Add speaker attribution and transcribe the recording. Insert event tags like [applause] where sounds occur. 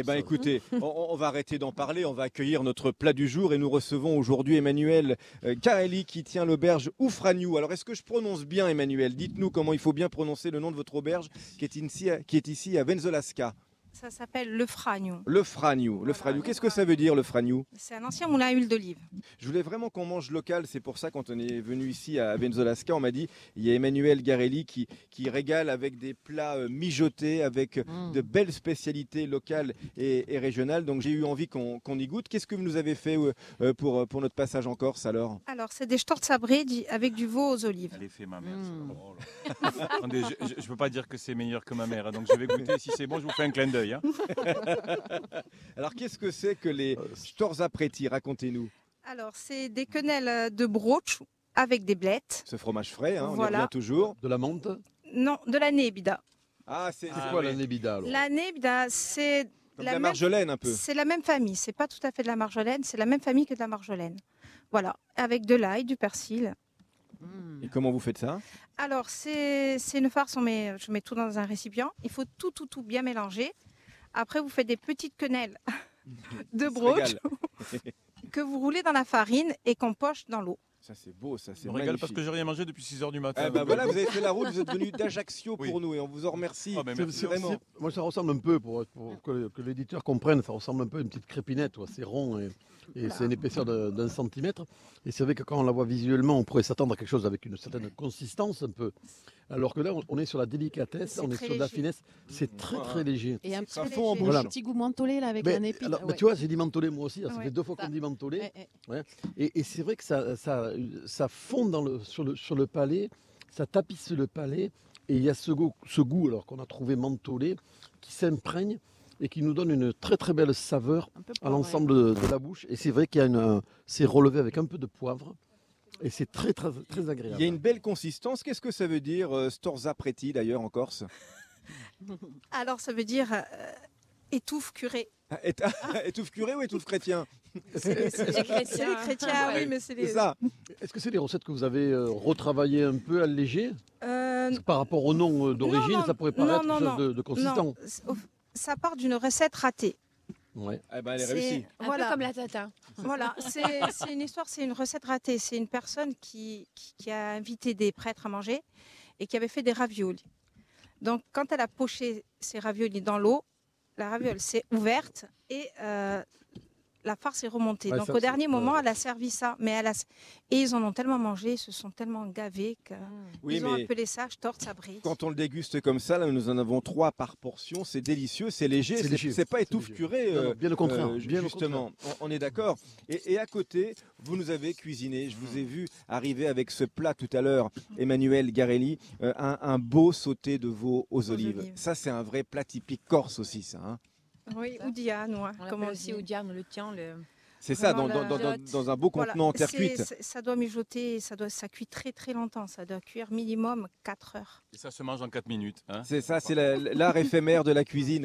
Speaker 1: Eh bien écoutez, on, on va arrêter d'en parler, on va accueillir notre plat du jour et nous recevons aujourd'hui Emmanuel euh, Carelli qui tient l'auberge Oufragnou. Alors est-ce que je prononce bien Emmanuel Dites-nous comment il faut bien prononcer le nom de votre auberge qui est ici à, qui est ici à Venzolasca.
Speaker 2: Ça s'appelle le fragnon.
Speaker 1: Le Fragnou. Le
Speaker 2: Voilà,
Speaker 1: Fragnou,
Speaker 2: le
Speaker 1: qu'est-ce que ça veut dire le Fragnou
Speaker 2: C'est un ancien moulin à huile d'olive.
Speaker 1: Je voulais vraiment qu'on mange local, c'est pour ça quand on est venu ici à Venzolasca, on m'a dit il y a Emmanuel Garelli qui, qui régale avec des plats euh, mijotés, avec euh,
Speaker 3: Mm.
Speaker 4: Mm.
Speaker 1: de belles spécialités locales et, et régionales. Donc j'ai eu envie qu'on qu'on y goûte. Qu'est-ce que vous nous avez fait euh, euh, pour, euh, pour notre passage en Corse alors
Speaker 2: Alors, c'est des shorts sabrés di- avec du veau aux olives.
Speaker 5: Elle est fait ma mère, c'est
Speaker 6: Mm.
Speaker 5: pas drôle. Attendez, je, je- je peux pas dire que c'est meilleur que ma mère, hein, donc je vais goûter. Si c'est bon, je vous fais un clin d'œil. hein.
Speaker 1: Alors qu'est-ce que c'est que les
Speaker 5: Euh,
Speaker 1: Storzapreti Racontez-nous.
Speaker 2: Alors, c'est des quenelles de broch avec des blettes.
Speaker 1: Ce fromage frais, hein, on
Speaker 2: Voilà.
Speaker 1: y revient toujours.
Speaker 6: De la menthe
Speaker 2: Non, de la nebida.
Speaker 1: Ah, c'est
Speaker 5: Ah,
Speaker 6: C'est quoi
Speaker 5: oui.
Speaker 6: la nébida alors
Speaker 2: La nebida, c'est
Speaker 1: comme la
Speaker 2: la même-
Speaker 1: marjolaine un peu.
Speaker 2: c'est la même famille. C'est pas tout à fait de la marjolaine, c'est la même famille que de la marjolaine. Voilà, avec de l'ail, du persil.
Speaker 6: Mm.
Speaker 1: Et comment vous faites ça
Speaker 2: Alors, c'est c'est une farce, on met, je mets tout dans un récipient. Il faut tout, tout, tout bien mélanger. Après, vous faites des petites quenelles [laughs] de
Speaker 1: On se
Speaker 2: broch
Speaker 1: régale.
Speaker 2: que vous roulez dans la farine et qu'on poche dans l'eau.
Speaker 1: Ça c'est beau, ça c'est
Speaker 5: Je me régale
Speaker 1: magnifique.
Speaker 5: parce que j'ai rien mangé depuis 6 h du matin.
Speaker 1: Eh ben voilà, vous avez fait la route, vous êtes venu d'Ajaccio
Speaker 5: Oui.
Speaker 1: pour nous et on vous en remercie.
Speaker 5: Ah, ben
Speaker 6: C'est-
Speaker 5: merci.
Speaker 6: c'est-
Speaker 1: vraiment.
Speaker 6: c'est- Moi, ça ressemble un peu, pour, pour que, que l'éditeur comprenne, ça ressemble un peu à une petite crépinette. quoi. C'est rond et, et c'est une épaisseur de- d'un centimètre. Et c'est vrai que quand on la voit visuellement, on pourrait s'attendre à quelque chose avec une certaine consistance un peu. Alors que là, on, on est sur la délicatesse,
Speaker 2: C'est
Speaker 6: on est
Speaker 2: très
Speaker 6: sur de la
Speaker 2: léger.
Speaker 6: finesse. C'est très, très léger.
Speaker 4: Et un petit,
Speaker 1: ça
Speaker 4: léger-
Speaker 1: fond en
Speaker 4: un
Speaker 1: bouche.
Speaker 4: petit goût mentholé là avec
Speaker 6: Mais,
Speaker 4: un épi.
Speaker 6: alors,
Speaker 4: Ah
Speaker 6: mais
Speaker 4: ouais.
Speaker 6: Tu vois, j'ai dit mentholé moi aussi. là, Ça
Speaker 2: Ouais,
Speaker 6: fait deux fois qu'on
Speaker 4: ça.
Speaker 6: dit mentholé.
Speaker 4: Eh, eh.
Speaker 6: Et, et c'est vrai que ça, ça, ça fond dans le, sur, le, sur le palais, ça tapisse le palais, et il y a ce goût, ce goût alors qu'on a trouvé mentholé, qui s'imprègne et qui nous donne une très très belle saveur
Speaker 4: Un peu
Speaker 6: à
Speaker 2: Ah
Speaker 4: poivre,
Speaker 6: l'ensemble de, de la bouche. Et c'est vrai qu'il y a une, euh, c'est relevé avec un peu de poivre, et c'est très très très
Speaker 1: Il
Speaker 6: agréable.
Speaker 1: y a une belle consistance. Qu'est-ce que ça veut dire euh, Storza Preti d'ailleurs en Corse
Speaker 2: Alors, ça veut dire euh, étouffe curé.
Speaker 1: Ah, [laughs] et- ah, Étouffe curé ou étouffe chrétien
Speaker 2: C'est [laughs] les chrétiens, Ah, oui, mais
Speaker 1: C'est
Speaker 2: c'est les.
Speaker 1: ça
Speaker 6: Est-ce que c'est des recettes que vous avez euh, retravaillées un peu allégées
Speaker 2: Euh,
Speaker 6: Parce que Par rapport au nom euh, d'origine,
Speaker 2: non,
Speaker 6: ça pourrait
Speaker 2: non,
Speaker 6: paraître
Speaker 2: non,
Speaker 6: quelque chose
Speaker 2: non,
Speaker 6: de, de
Speaker 2: non,
Speaker 6: consistant.
Speaker 2: c'est- au- ça part d'une recette ratée.
Speaker 6: Ouais.
Speaker 1: Eh ben, elle est
Speaker 2: C'est-
Speaker 1: réussie.
Speaker 4: Un
Speaker 2: Voilà.
Speaker 4: peu comme la tata.
Speaker 2: Voilà, c'est c'est une histoire, c'est une recette ratée. C'est une personne qui, qui, qui a invité des prêtres à manger et qui avait fait des raviolis. Donc, quand elle a poché ses raviolis dans l'eau, la raviole s'est ouverte et euh, la farce est remontée.
Speaker 6: Ouais,
Speaker 2: Donc,
Speaker 6: ça,
Speaker 2: au
Speaker 6: c'est-
Speaker 2: dernier moment,
Speaker 6: ouais.
Speaker 2: elle a servi ça. Mais elle a... Et ils en ont tellement mangé, ils se sont tellement gavés que
Speaker 1: Oui,
Speaker 2: ils ont
Speaker 1: mais
Speaker 2: appelé ça torte sabrée.
Speaker 1: quand on le déguste comme ça, là, nous en avons trois par portion. C'est délicieux, c'est léger.
Speaker 6: C'est
Speaker 1: C'est
Speaker 6: léger,
Speaker 1: c'est pas
Speaker 6: c'est
Speaker 1: étouffe
Speaker 6: léger.
Speaker 1: curé.
Speaker 6: Non,
Speaker 1: euh,
Speaker 6: non, bien le contraire.
Speaker 1: euh, ju-
Speaker 6: bien le contraire.
Speaker 1: justement, on, on est d'accord. Et, et à côté, vous nous avez cuisiné. Je vous ai vu arriver avec ce plat tout à l'heure, Emmanuel Garelli, euh, un, un beau sauté de veau aux
Speaker 2: Aux
Speaker 1: olives.
Speaker 2: olives.
Speaker 1: Ça, c'est un vrai plat typique corse aussi, ça. hein.
Speaker 2: Oui, ou Diane, ouais,
Speaker 3: On
Speaker 2: comme on
Speaker 3: l'appelle aussi
Speaker 2: dit.
Speaker 3: au diable le tien, le...
Speaker 1: C'est ça, dans,
Speaker 2: Vraiment,
Speaker 1: dans, dans,
Speaker 3: la-
Speaker 1: dans- dans un beau
Speaker 2: Voilà,
Speaker 1: contenant en terre
Speaker 2: c'est-
Speaker 1: cuite.
Speaker 2: c'est- Ça doit mijoter, ça doit, ça cuit très très longtemps. Ça doit cuire minimum 4 heures.
Speaker 5: Et ça se mange en 4 minutes. hein.
Speaker 1: C'est ça, c'est la- l'art éphémère de la cuisine.